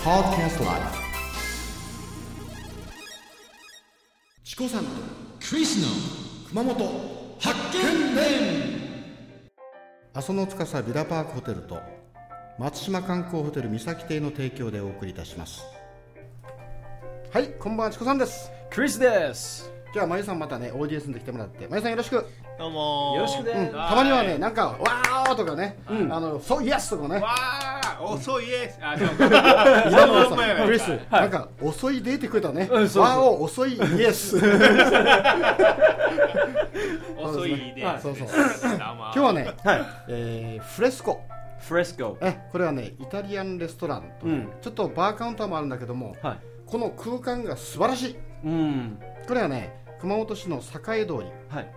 Podcast Live チコさんとクリスの熊本発見伝阿蘇の司ビラパークホテルと松島観光ホテル三崎邸の提供でお送りいたしますはいこんばんはチコさんですクリスです。じゃあまゆさんまたね ODS に来てもらってまゆさんよろしく、どうもーよろしくでうん、す。たまにはねなんか「わー!」とかね「あのそうイエス!」とかねわー遅いですあ、でもいらんのさクリス。なんか遅い出てくれたね。うんそうそうわーお遅いイエス。遅いでそうそう今今日はね、はい。えーフレスコ。フレスコ。えこれはねイタリアンレストランと、うんちょっとバーカウンターもあるんだけども、はい。この空間が素晴らしい。うん。これはね熊本市の栄通り、はい。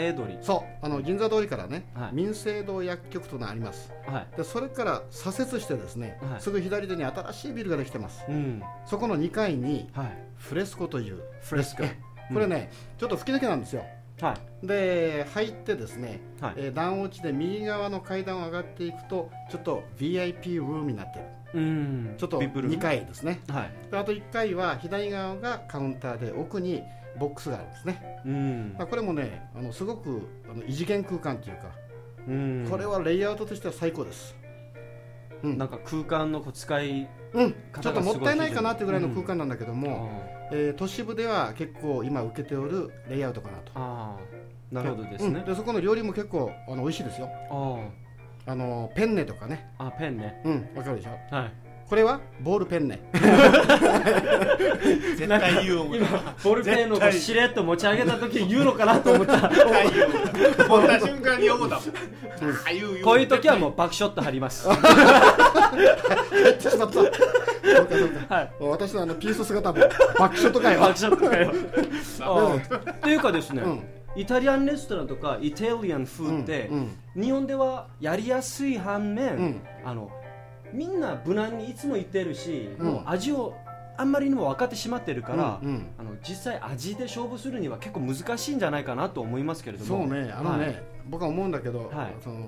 栄鳥。そうあの銀座通りからね、はい民生堂薬局というのがあります。はい。でそれから左折してですね、はいすぐ左手に新しいビルができてます。うん。そこの2階にはい。フレスコというフレスコ。これね、ちょっと吹き抜けなんですよ。はで入ってですね、い。はい。えー段落ちで右側の階段を上がっていくとちょっと VIP ルームになってるうんちょっと People room 2階ですねはい。であと1階は左側がカウンターで奥にボックスがあるんですね、うんまあ。これもねあのすごくあの異次元空間というか、うん。これはレイアウトとしては最高ですうんなんか空間のこう使い。うん、ちょ型っとがすもごいったいないかなってぐらいの空間なんだけどあも、ーえー都市部では結構今受けておるレイアウトかなとあー。なるほどですうんね。でそこの料理も結構あの美味しいですよああのペンネとかねあ。あ、ペンね。うんわかるでしょはこれはボールペン ネ絶対言うもんい。今絶、ボールペンのこう絶対しれっと持ち上げた時言うのかなと 思った。対言うもん持った瞬間に思ったもんあ言う言こういう時はもううバックショット貼ります。やってしまった。そうかそうか。はい。私のあのピース姿も爆笑とかバッよク。ショットかよ。 あああというかですね、うんイタリアンレストランとかイタリアン風って、うん日本ではやりやすい反面、うんあのみんな無難にいつも言ってるし、うんもう味をあんまりにも分かってしまってるから、うんうんあの実際味で勝負するには結構難しいんじゃないかなと思いますけれどもそうね、あのね、はい僕は思うんだけど、はいその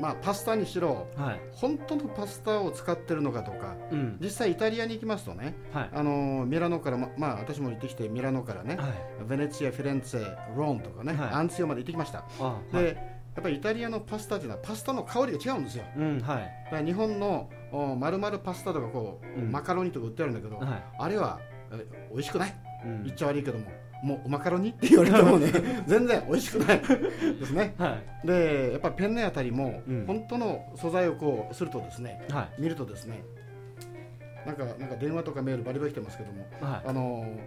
まあパスタにしろ、はい本当のパスタを使ってるのかとか、うん実際イタリアに行きますとね、はいあのミラノからままあ私も行ってきてミラノからね、はいベネツィア、フィレンツェ、ローンとかね、はいアンツィオまで行ってきました。あで、はいやっぱりイタリアのパスタっていうのはパスタの香りが違うんですよ。うんはいだから日本のお丸々パスタとかこう、うんマカロニとか売ってあるんだけど、はいあれはえ美味しくないうん言っちゃ悪いけども、もうマカロニ って言われてもね、 全然美味しくないですね。はいで、やっぱりペンネあたりも、うん本当の素材をこうするとですね、は見るとですね、なんかなんか電話とかメールバリバリ来てますけども、いはあのー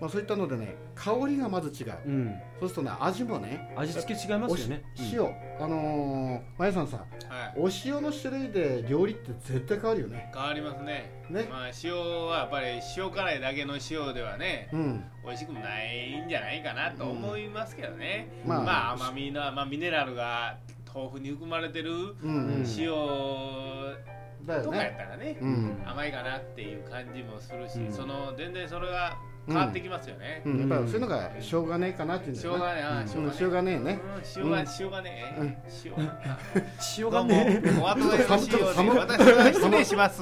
まあそういったのでね、香りがまず違う。いうんそうするとね、味もね、味付け違いますよねおし塩、あのー、まゆさんさ、はいお塩の種類で料理って絶対変わるよね。変わりますねね。まあ塩はやっぱり塩辛いだけの塩ではねうん。美味しくもないんじゃないかなと思いますけどねうんまあまあ甘みのまあミネラルが豆腐に含まれてるうん。うん塩だとよかやっね。たらねうん。甘いかなっていう感じもするし、うんその全然それが変わってきますよね。うん、やっぱりそういうのがしょうがねえかなっていうんだしょようながねえ、あうしょうんがねしょうえ。がねえね。塩うがんしょうがねうんえ。塩がね 塩がねえ。どうもお後がよろしいようでちょっと寒い私は失礼します。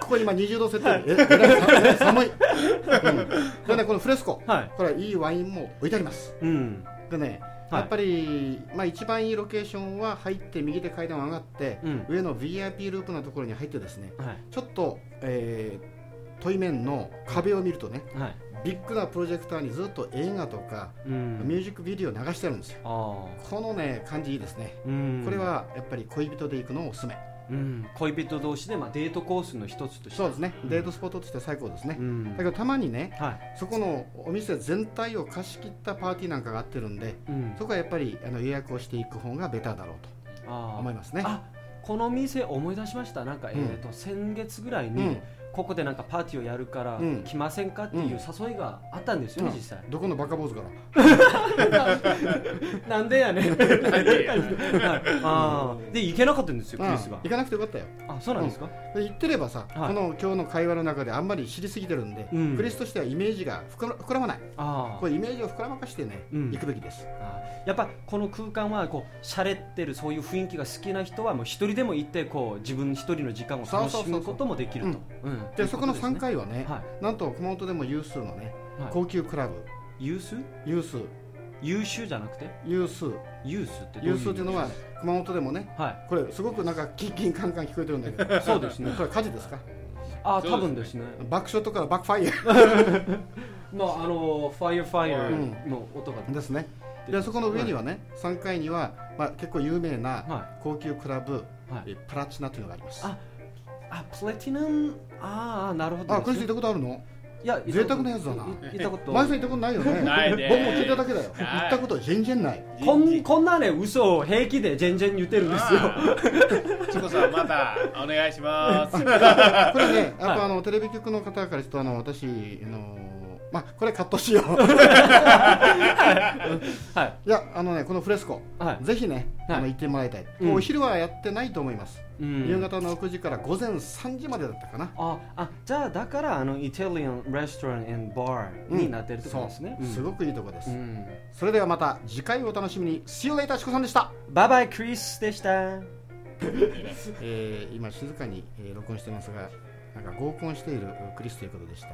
ここ今20度設定。え、えらい寒い寒い。うんでね、このフレスコ。はいこれはいいワインも置いてあります。うんでね、はやいっぱり、まあ一番いいロケーションは入って右手階段を上がって、うん上の VIP ループのところに入ってですね、はいちょっと、えー、対面の壁を見るとね、はいビッグなプロジェクターにずっと映画とか、うんミュージックビデオを流してるんですよ。ああこのね、感じいいですね。うんこれはやっぱり恋人で行くのをおすすめ。うん、恋人同士で、まあ、デートコースの一つとしてそうですね、デートスポットとして最高ですね。うんだけどたまにね、はい、そこのお店全体を貸し切ったパーティーなんかがあってるんで、うん、そこはやっぱりあの予約をしていく方がベターだろうとあ思いーますね。あこの店思い出しましたなんか、うんえー、と先月ぐらいうに、ん、ここでなんかパーティーをやるからうん来ませんかっていう誘いがあったんですよね、うん実際 どこのバカ坊主から。なんでやね んなんでやはいあーで行けなかったんですようクんリスが行かなくてよかったよ。あそうなんですか、で言ってればさ、はこいの今日の会話の中であんまり知りすぎてるんで、うんクリスとしてはイメージが膨ら膨らまない。あこーれイメージを膨らまかしてね、うん行くべきです。あーやっぱこの空間はこう洒落ってるそういう雰囲気が好きな人はもう一人人でも行ってこう自分一人の時間を楽しむこともできるとそううんといでうそとこのす3ね回はね、はなんと熊本でも有数のね、いはい高級クラブ有数有数優秀じゃなくて有数ユースってどういう有数っていうのは熊本でもねはこれすごくなんかキンキンカンカン聞こえてるんだけどそうですねこれ火事ですかいああそうですね多分ですね爆笑とかバックファイヤまああのファイヤーファイヤーの音がーですねでそこの上にはね、3階には、まあ、結構有名なは高級クラブ、いはいえプラチナというのがありますああプラティナムあーあーなるほどあこれ行ったことあるのいや贅沢なやつだな行ったこと前さん行ったことないよ ねないね僕も聞いただけだよない行ったこと全然ないこんこんなね嘘を平気で全然言ってるんですよよチコさんまたお願いしますこれね、やっぱあのテレビ局の方からちょっとあの私あのまあこれカットしよ う。はいいやあのねこのフレスコ、はいぜひね、はいあの行ってもらいたい。うんお昼はやってないと思います。うん夕方の6時から午前3時までだったかな。ああじゃあだからあのイタリアンレストランバーになってるとこですね、そうすごごくいいとこです。うん、それではまた次回をお楽しみに。See you later しこさんでした。バイバイクリスでしたえー今静かにえー録音してますが、なんか合コンしているクリスということでした。